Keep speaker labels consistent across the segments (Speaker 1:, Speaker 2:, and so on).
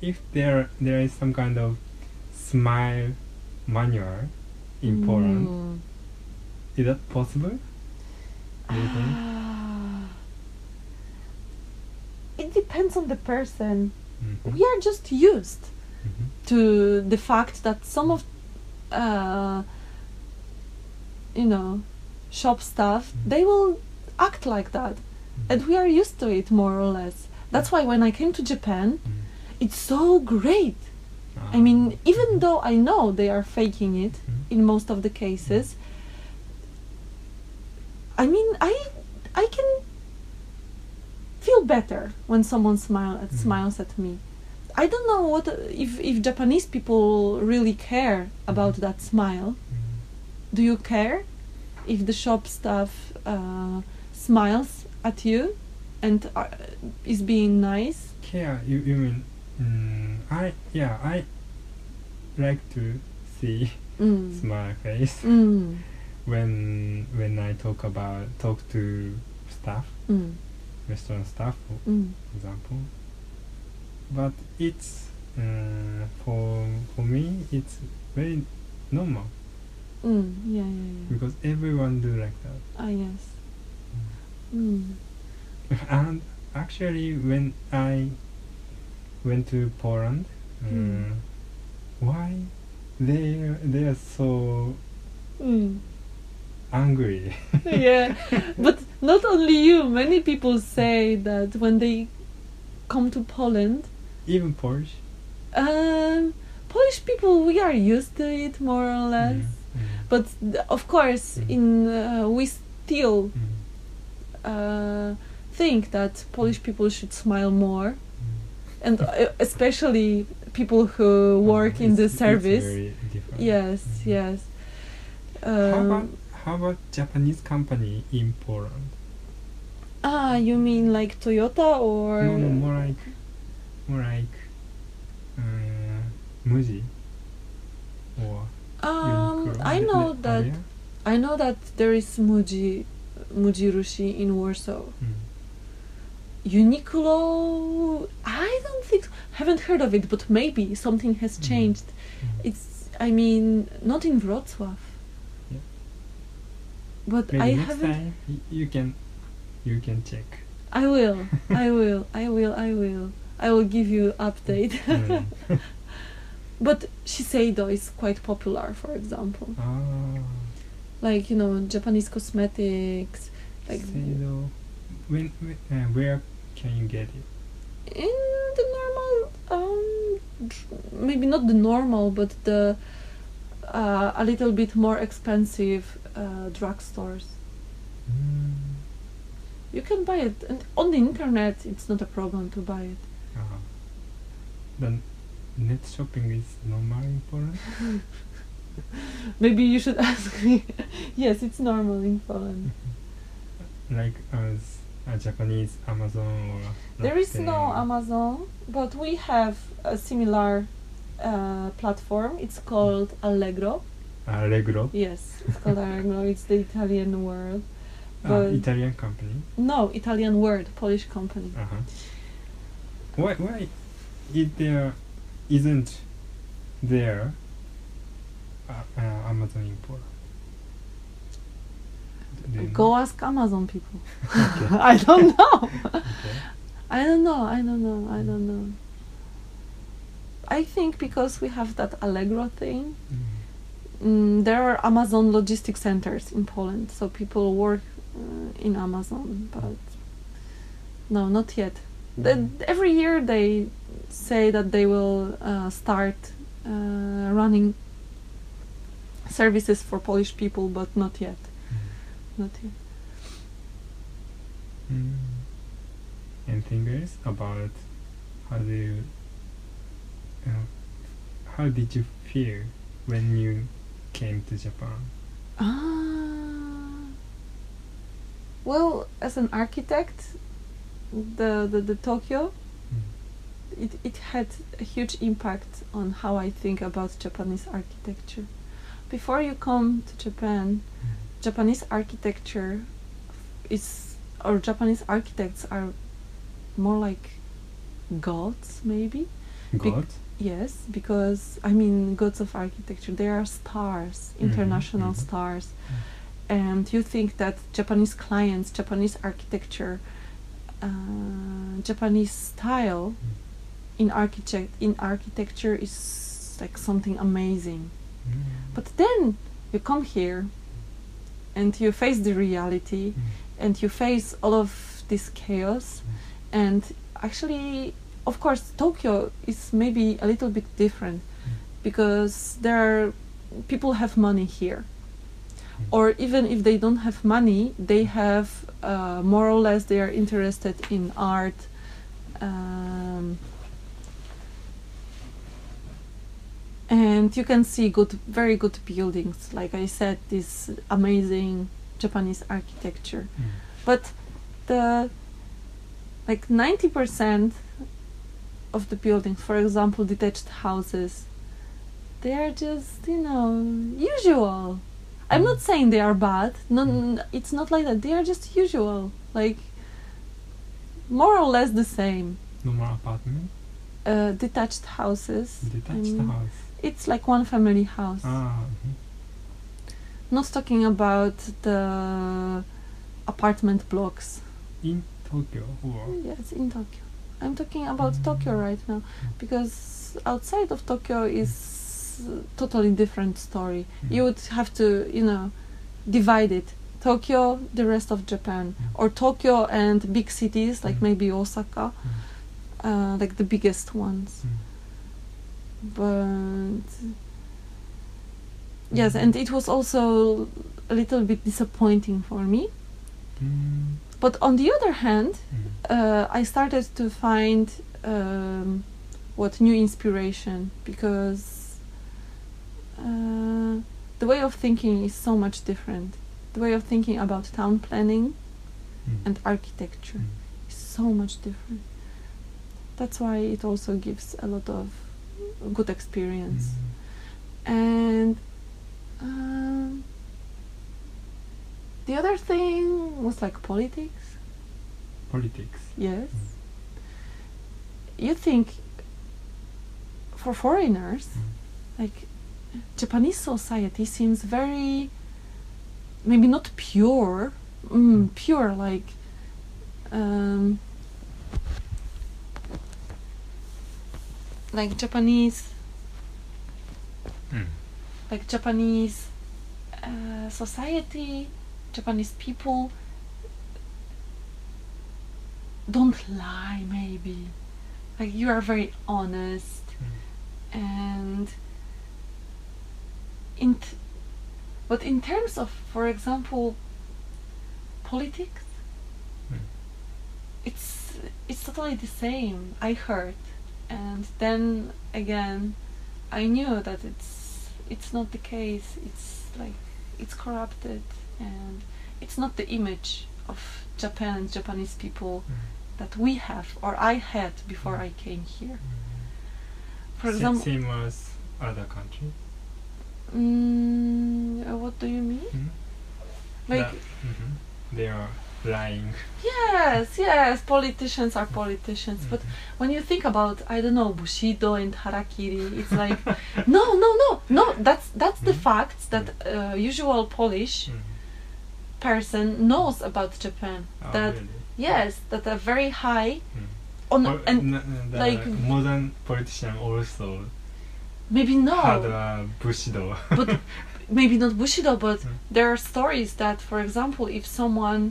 Speaker 1: if there there is some kind of smile manual in Poland,
Speaker 2: Mm.
Speaker 1: is that possible? Do you think?
Speaker 2: Ah. it depends on the person.
Speaker 1: Mhm,
Speaker 2: We are just used
Speaker 1: mhm,
Speaker 2: to the fact that some of, uh, you know, shop staff
Speaker 1: Mhm.
Speaker 2: they will act like that, and we are used to it more or less. That's why when I came to Japan,
Speaker 1: mhm.
Speaker 2: it's so great.
Speaker 1: Ah.
Speaker 2: I mean, even though I know they are faking it
Speaker 1: Mhm.
Speaker 2: in most of the cases, I mean, I I can feel better when someone smile,
Speaker 1: Mhm.
Speaker 2: smiles at me. I don't know what if if Japanese people really care about that smile.
Speaker 1: Mhm.
Speaker 2: Do you care if the shop staff uh, smiles at you and uh, is being nice?
Speaker 1: Yeah, you, you mean mm, I yeah I like to see
Speaker 2: Mm.
Speaker 1: smile face
Speaker 2: Mm.
Speaker 1: when when I talk about talk to staff
Speaker 2: Mm.
Speaker 1: restaurant staff for
Speaker 2: Mm.
Speaker 1: example. But it's uh, for for me it's very normal
Speaker 2: Mm. Yeah, yeah, yeah.
Speaker 1: because everyone do like that.
Speaker 2: Ah, yes.
Speaker 1: Hmm.
Speaker 2: Mm.
Speaker 1: and actually when I went to Poland uh,
Speaker 2: Mm.
Speaker 1: why they they are so
Speaker 2: Mm.
Speaker 1: angry
Speaker 2: yeah, but not only you. Many people say that when they come to Poland,
Speaker 1: even Polish
Speaker 2: um, Polish people we are used to it more or less.
Speaker 1: Yeah, yeah.
Speaker 2: But th- of course,
Speaker 1: Mm.
Speaker 2: in uh, we still
Speaker 1: Mm,
Speaker 2: uh, think that Polish people should smile more,
Speaker 1: mm.
Speaker 2: and uh, especially people who work
Speaker 1: Oh,
Speaker 2: in the
Speaker 1: it's- it's
Speaker 2: service.
Speaker 1: very different.
Speaker 2: Yes,
Speaker 1: Mhm.
Speaker 2: yes.
Speaker 1: how
Speaker 2: Um,
Speaker 1: about how about Japanese company in Poland
Speaker 2: Ah, you mean like Toyota or
Speaker 1: no no more like more like uh, Muji or
Speaker 2: um
Speaker 1: Uniqlo.
Speaker 2: I
Speaker 1: The-
Speaker 2: know
Speaker 1: the
Speaker 2: that
Speaker 1: area?
Speaker 2: I know that there is Muji Muji Rushi in Warsaw.
Speaker 1: Mm.
Speaker 2: Uniqlo I don't think haven't heard of it, but maybe something has
Speaker 1: Mm.
Speaker 2: changed.
Speaker 1: Mm.
Speaker 2: It's I mean not in Wrocław.
Speaker 1: Yeah.
Speaker 2: But
Speaker 1: Maybe
Speaker 2: I
Speaker 1: next
Speaker 2: haven't
Speaker 1: time y- you can you can check.
Speaker 2: I will. I will. I will. I will. I will give you update.
Speaker 1: Mm.
Speaker 2: but Shiseido is quite popular, for example.
Speaker 1: ah,
Speaker 2: like you know Japanese cosmetics, like
Speaker 1: Seido. When, when uh, where can you get it?
Speaker 2: in the normal, um, dr- maybe not the normal, but the uh, a little bit more expensive uh, drugstores.
Speaker 1: Mm.
Speaker 2: You can buy it, and on the internet, it's not a problem to buy it.
Speaker 1: Ah. The net shopping is normal in Poland.
Speaker 2: Maybe you should ask me. yes, it's normal in Poland.
Speaker 1: like as a Japanese Amazon or.
Speaker 2: There is no
Speaker 1: Rakuten.
Speaker 2: Amazon, but we have a similar uh, platform. It's called Allegro.
Speaker 1: Allegro.
Speaker 2: Yes, it's called Allegro. It's the Italian word.
Speaker 1: Ah,
Speaker 2: but-
Speaker 1: Italian company.
Speaker 2: No, Italian word, Polish company.
Speaker 1: Uh huh. Why why is there isn't there uh, uh, Amazon in Poland? D- do you know?
Speaker 2: Go ask Amazon people. I don't know.
Speaker 1: Okay.
Speaker 2: I don't know. I don't know. I don't know. I think because we have that Allegro thing,
Speaker 1: Mm.
Speaker 2: mm, there are Amazon logistic centers in Poland, so people work uh, in Amazon, but no, not yet. The, every year they say that they will uh, start uh, running services for Polish people, but not yet. Not yet.
Speaker 1: Mm. Anything else about how do you uh, how did you feel when you came to Japan?
Speaker 2: Ah. Well, as an architect, the the, the Tokyo, it, it had a huge impact on how I think about Japanese architecture. Before you come to Japan, Japanese architecture is or Japanese architects are more like gods maybe Bec-
Speaker 1: God?
Speaker 2: Yes, because I mean, gods of architecture, they are stars,
Speaker 1: Mhm,
Speaker 2: international
Speaker 1: mhm.
Speaker 2: stars. And you think that Japanese clients, Japanese architecture, uh, Japanese style in architect in architecture is like something amazing.
Speaker 1: Mm.
Speaker 2: But then you come here and you face the reality
Speaker 1: Mm.
Speaker 2: and you face all of this chaos
Speaker 1: Mm.
Speaker 2: and actually of course Tokyo is maybe a little bit different because there are people have money here or even if they don't have money they have uh, more or less they are interested in art um, and you can see good very good buildings like i said this amazing japanese architecture
Speaker 1: Mm.
Speaker 2: but the like 90% of the buildings for example detached houses they are just you know usual i'm not saying they are bad no
Speaker 1: Mm-hmm.
Speaker 2: n- it's not like that they are just usual like more or less the same
Speaker 1: No more apartment?
Speaker 2: uh, detached houses
Speaker 1: Detached
Speaker 2: um,
Speaker 1: house.
Speaker 2: it's like one family house
Speaker 1: Ah, mhm.
Speaker 2: not talking about the apartment blocks
Speaker 1: in Tokyo or
Speaker 2: Yes, in Tokyo. I'm talking about
Speaker 1: Mm.
Speaker 2: Tokyo right now because outside of Tokyo is totally different story.
Speaker 1: Mm. Hmm.
Speaker 2: You would have to, you know, divide it. Tokyo, the rest of Japan, or Tokyo and big cities like
Speaker 1: Mm.
Speaker 2: maybe Osaka, uh, like the biggest ones.
Speaker 1: Hmm.
Speaker 2: But yes,
Speaker 1: Mm.
Speaker 2: and it was also a little bit disappointing for me.
Speaker 1: Mm.
Speaker 2: But on the other hand,
Speaker 1: Mm.
Speaker 2: uh, I started to find um, what new inspiration because uh, the way of thinking is so much different. The way of thinking about town planning
Speaker 1: Mm.
Speaker 2: and architecture
Speaker 1: Mm.
Speaker 2: is so much different. That's why it also gives a lot of good experience.
Speaker 1: Hmm.
Speaker 2: And um, the other thing was like politics.
Speaker 1: Politics.
Speaker 2: Yes. You think for foreigners, like Japanese society seems very, maybe not pure, mm, pure like. Um, like Japanese,
Speaker 1: Mm.
Speaker 2: like Japanese uh, society, Japanese people don't lie, maybe. Like, you are very honest, and in t- but in terms of, for example, politics,
Speaker 1: Mm.
Speaker 2: it's it's totally the same. I heard, and then again, I knew that it's it's not the case. It's like it's corrupted and it's not the image of Japan and Japanese people
Speaker 1: Hmm.
Speaker 2: that we have or I had before I came here. For
Speaker 1: Hmm. Sa-
Speaker 2: example,
Speaker 1: same as other country.
Speaker 2: mm, uh, what do you mean?
Speaker 1: Mm.
Speaker 2: Like
Speaker 1: hmm They are lying.
Speaker 2: yes, yes, politicians are politicians,
Speaker 1: Hmm.
Speaker 2: but when you think about I don't know Bushido and Harakiri, it's like no, no, no, no. That's that's the
Speaker 1: Mhm.
Speaker 2: facts that
Speaker 1: Hmm.
Speaker 2: uh, usual Polish
Speaker 1: Mhm.
Speaker 2: person knows about Japan.
Speaker 1: Oh,
Speaker 2: that
Speaker 1: really?
Speaker 2: yes, that are very high
Speaker 1: Mm.
Speaker 2: on
Speaker 1: Or,
Speaker 2: and
Speaker 1: n- n- the
Speaker 2: like-
Speaker 1: modern politician also
Speaker 2: maybe
Speaker 1: had
Speaker 2: no,
Speaker 1: a bushido.
Speaker 2: Oh! but maybe not Bushido, but
Speaker 1: Mm.
Speaker 2: there are stories that, for example, if someone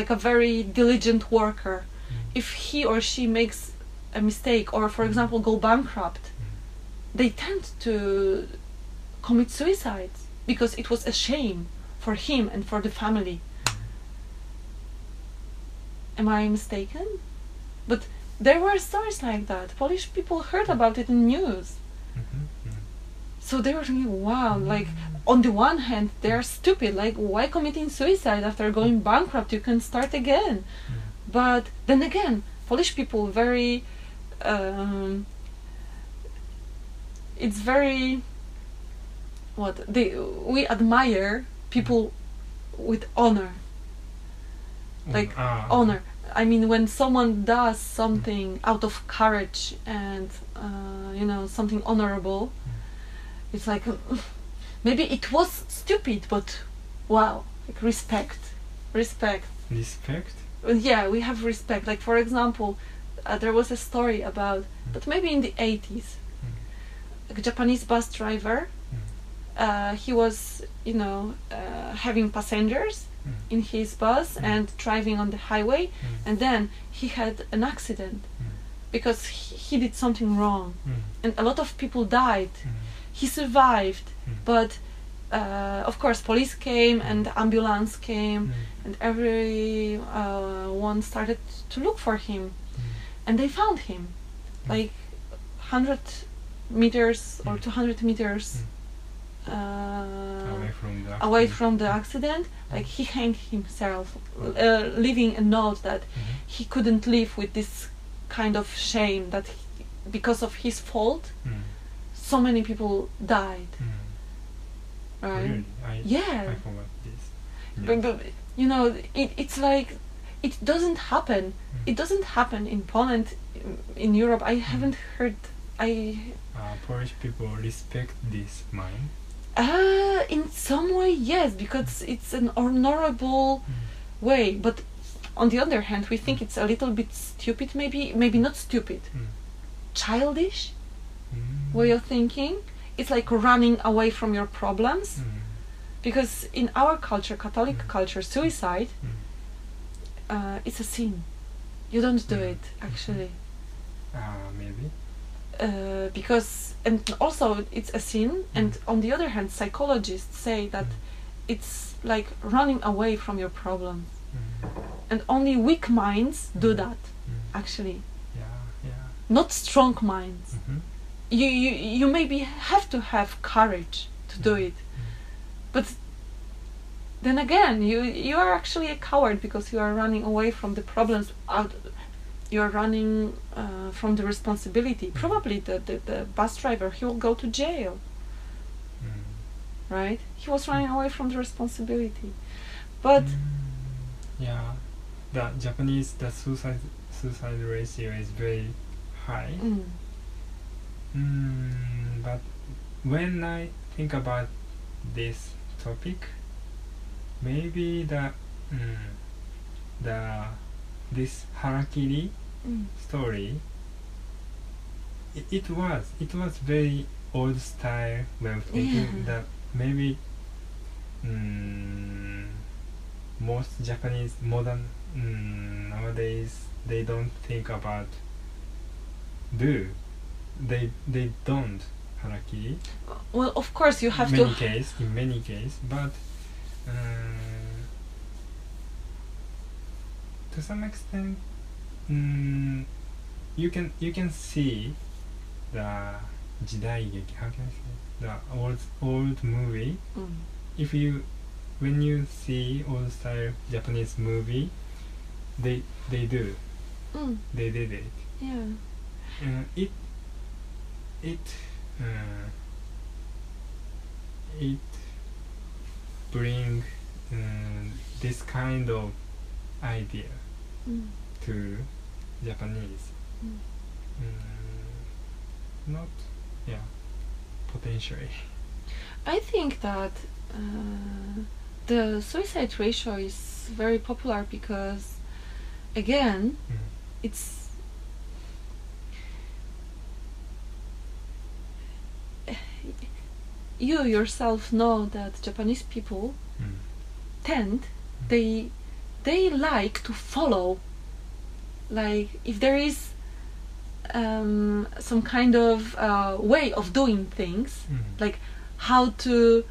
Speaker 2: like a very diligent worker, if he or she makes a mistake or, for example, go bankrupt, they tend to commit suicide because it was a shame for him and for the family. Am I mistaken? But there were stories like that. Polish people heard about it in news.
Speaker 1: Mhm, mhm.
Speaker 2: So they were thinking, wow, like on the one hand they're stupid, like why committing suicide after going bankrupt? You can start again. But then again, Polish people very um, it's very what they we admire people with honor. Like, oh,
Speaker 1: Ah,
Speaker 2: honor. I mean, when someone does something out of courage and uh, you know something honorable, it's like maybe it was stupid, but wow, like respect, respect.
Speaker 1: Respect?
Speaker 2: Well, Yeah, we have respect. Like for example, uh, there was a story about, but maybe in the eighties, a Japanese bus driver. Uh, he was, you know, uh, having passengers in his bus
Speaker 1: Mm.
Speaker 2: and driving on the highway, and then he had an accident because he, he did something wrong, and a lot of people died. He survived, but uh, of course, police came and ambulance came, and everyone started to look for him, and they found him,
Speaker 1: Mm.
Speaker 2: like 100 meters or
Speaker 1: Mm.
Speaker 2: 200 meters uh,
Speaker 1: Away from the
Speaker 2: away
Speaker 1: accident.
Speaker 2: from the accident. Like he hanged himself, uh, leaving a note that
Speaker 1: Mhm.
Speaker 2: he couldn't live with this kind of shame that he, because of his fault,
Speaker 1: Mm.
Speaker 2: so many people died.
Speaker 1: Mm.
Speaker 2: Right?
Speaker 1: Really? I, I
Speaker 2: Yeah.
Speaker 1: forgot this.
Speaker 2: But, but, you know, it, it's like it doesn't happen.
Speaker 1: Mm.
Speaker 2: It doesn't happen in Poland, in- in Europe. I haven't heard. I
Speaker 1: uh, Polish people respect this mine.
Speaker 2: uh, in some way yes, because it's an honorable way. But on the other hand, we think it's a little bit stupid. Maybe maybe not stupid.
Speaker 1: Mm.
Speaker 2: Childish
Speaker 1: Mm.
Speaker 2: way of thinking. It's like running away from your problems.
Speaker 1: Mm.
Speaker 2: Because in our culture, Catholic
Speaker 1: Mm.
Speaker 2: culture, suicide,
Speaker 1: Mm.
Speaker 2: uh, it's a sin. You don't do
Speaker 1: Mm.
Speaker 2: it actually,
Speaker 1: Uh, maybe.
Speaker 2: uh, because and also it's a
Speaker 1: Mm.
Speaker 2: sin. And on the other hand, psychologists say that it's like running away from your problems,
Speaker 1: Mm.
Speaker 2: and only weak minds do
Speaker 1: Mm.
Speaker 2: that
Speaker 1: Mm.
Speaker 2: actually,
Speaker 1: Yeah, yeah.
Speaker 2: not strong minds.
Speaker 1: Mhm.
Speaker 2: You you you maybe have to have courage to do it, but then again, you you are actually a coward because you are running away from the problems out. You are running uh, from the responsibility. Probably the, the, the bus driver he will go to jail,
Speaker 1: Mm.
Speaker 2: right? He was running away from the responsibility, but
Speaker 1: Mm. yeah, the Japanese the suicide suicide ratio is very high.
Speaker 2: mm,
Speaker 1: Mm, but when I think about this topic, maybe the mm, the this harakiri
Speaker 2: mm,
Speaker 1: story. It, it was it was very old style way of thinking
Speaker 2: Yeah.
Speaker 1: that maybe mm, most Japanese modern mm, nowadays they don't think about do they they don't harakiri
Speaker 2: well, of course you have
Speaker 1: many
Speaker 2: to.
Speaker 1: case in many case but um, to some extent mm, you can you can see the 時代劇 how can I say the old old movie
Speaker 2: Mm,
Speaker 1: if you when you see old style Japanese movie they they do
Speaker 2: mm,
Speaker 1: they did it
Speaker 2: yeah.
Speaker 1: uh, it it uh, it bring um, this kind of idea
Speaker 2: Mm,
Speaker 1: to Japanese
Speaker 2: Mm.
Speaker 1: Mm, not yeah potentially
Speaker 2: I think that uh, the suicide ratio is very popular because, again,
Speaker 1: Mm,
Speaker 2: it's you yourself know that Japanese people
Speaker 1: mm,
Speaker 2: tend they they like to follow like if there is um, some kind of uh, way of doing things
Speaker 1: mm,
Speaker 2: like how to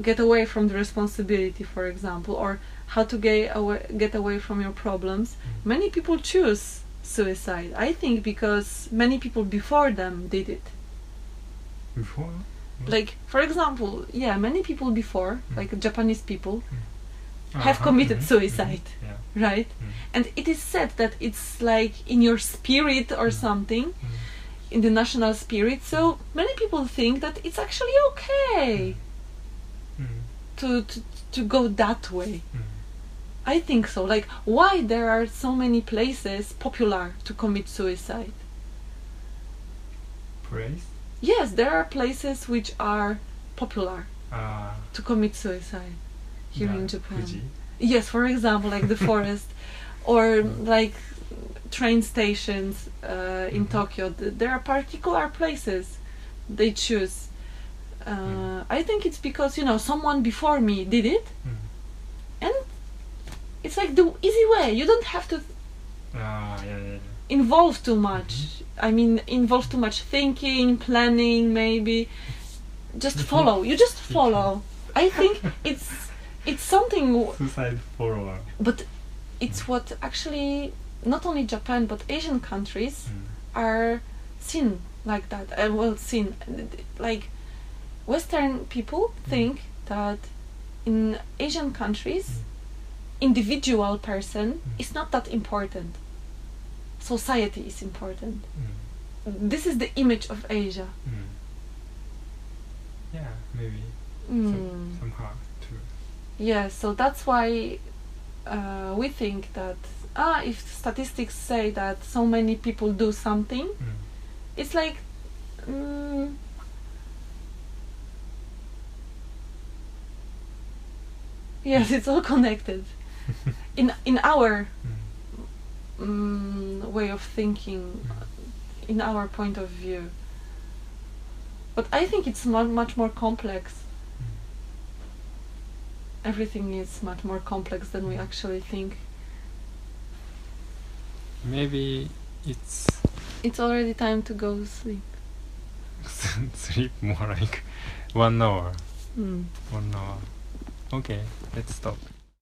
Speaker 2: get away from the responsibility for example or how to get away, get away from your problems
Speaker 1: Mm.
Speaker 2: many people choose suicide i think because many people before them did it
Speaker 1: before Mm.
Speaker 2: like for example yeah many people before
Speaker 1: Mm.
Speaker 2: like japanese people
Speaker 1: Ah,
Speaker 2: have
Speaker 1: ah,
Speaker 2: committed
Speaker 1: mhm,
Speaker 2: suicide
Speaker 1: mhm, yeah
Speaker 2: right
Speaker 1: Mm.
Speaker 2: and it is said that it's like in your spirit or
Speaker 1: Mm.
Speaker 2: something
Speaker 1: Mm.
Speaker 2: in the national spirit so many people think that it's actually okay
Speaker 1: Mm,
Speaker 2: to, to to go that way
Speaker 1: mm,
Speaker 2: I think so. Like, why there are so many places popular to commit suicide?
Speaker 1: Place?
Speaker 2: Yes, there are places which are popular
Speaker 1: Ah,
Speaker 2: to commit suicide here
Speaker 1: yeah,
Speaker 2: in Japan.
Speaker 1: Fuji.
Speaker 2: Yes, for example, like the forest, or like train stations uh, in
Speaker 1: Mhm.
Speaker 2: Tokyo. Th- there are particular places they choose. Uh,
Speaker 1: Mm.
Speaker 2: I think it's because you know someone before me did it,
Speaker 1: Mm.
Speaker 2: and it's like the easy way. You don't have to
Speaker 1: Ah, yeah, yeah, yeah.
Speaker 2: involve too much. I mean, involve too much thinking, planning, maybe. Just
Speaker 1: Mhm.
Speaker 2: follow. You just
Speaker 1: Thinking.
Speaker 2: follow. I think it's it's something w-
Speaker 1: Suicide oh follower.
Speaker 2: but it's what actually not only Japan but Asian countries
Speaker 1: Mm.
Speaker 2: are seen like that. Uh, well, seen like Western people
Speaker 1: Mm.
Speaker 2: think that in Asian countries, individual person
Speaker 1: Mm.
Speaker 2: is not that important. Society is important.
Speaker 1: Mm.
Speaker 2: This is the image of Asia.
Speaker 1: Mm. Yeah, maybe.
Speaker 2: Mm.
Speaker 1: Some, somehow, too.
Speaker 2: Yeah, so that's why uh, we think that ah, if statistics say that so many people do something,
Speaker 1: Mm.
Speaker 2: it's like mm, yes it's all connected in in our
Speaker 1: Mm.
Speaker 2: mm, way of thinking in our point of view but i think it's mu much more complex everything is much more complex than we actually think
Speaker 1: Maybe it's
Speaker 2: it's already time to go sleep
Speaker 1: sleep more like one hour.
Speaker 2: mm.
Speaker 1: One hour. Okay, let's stop.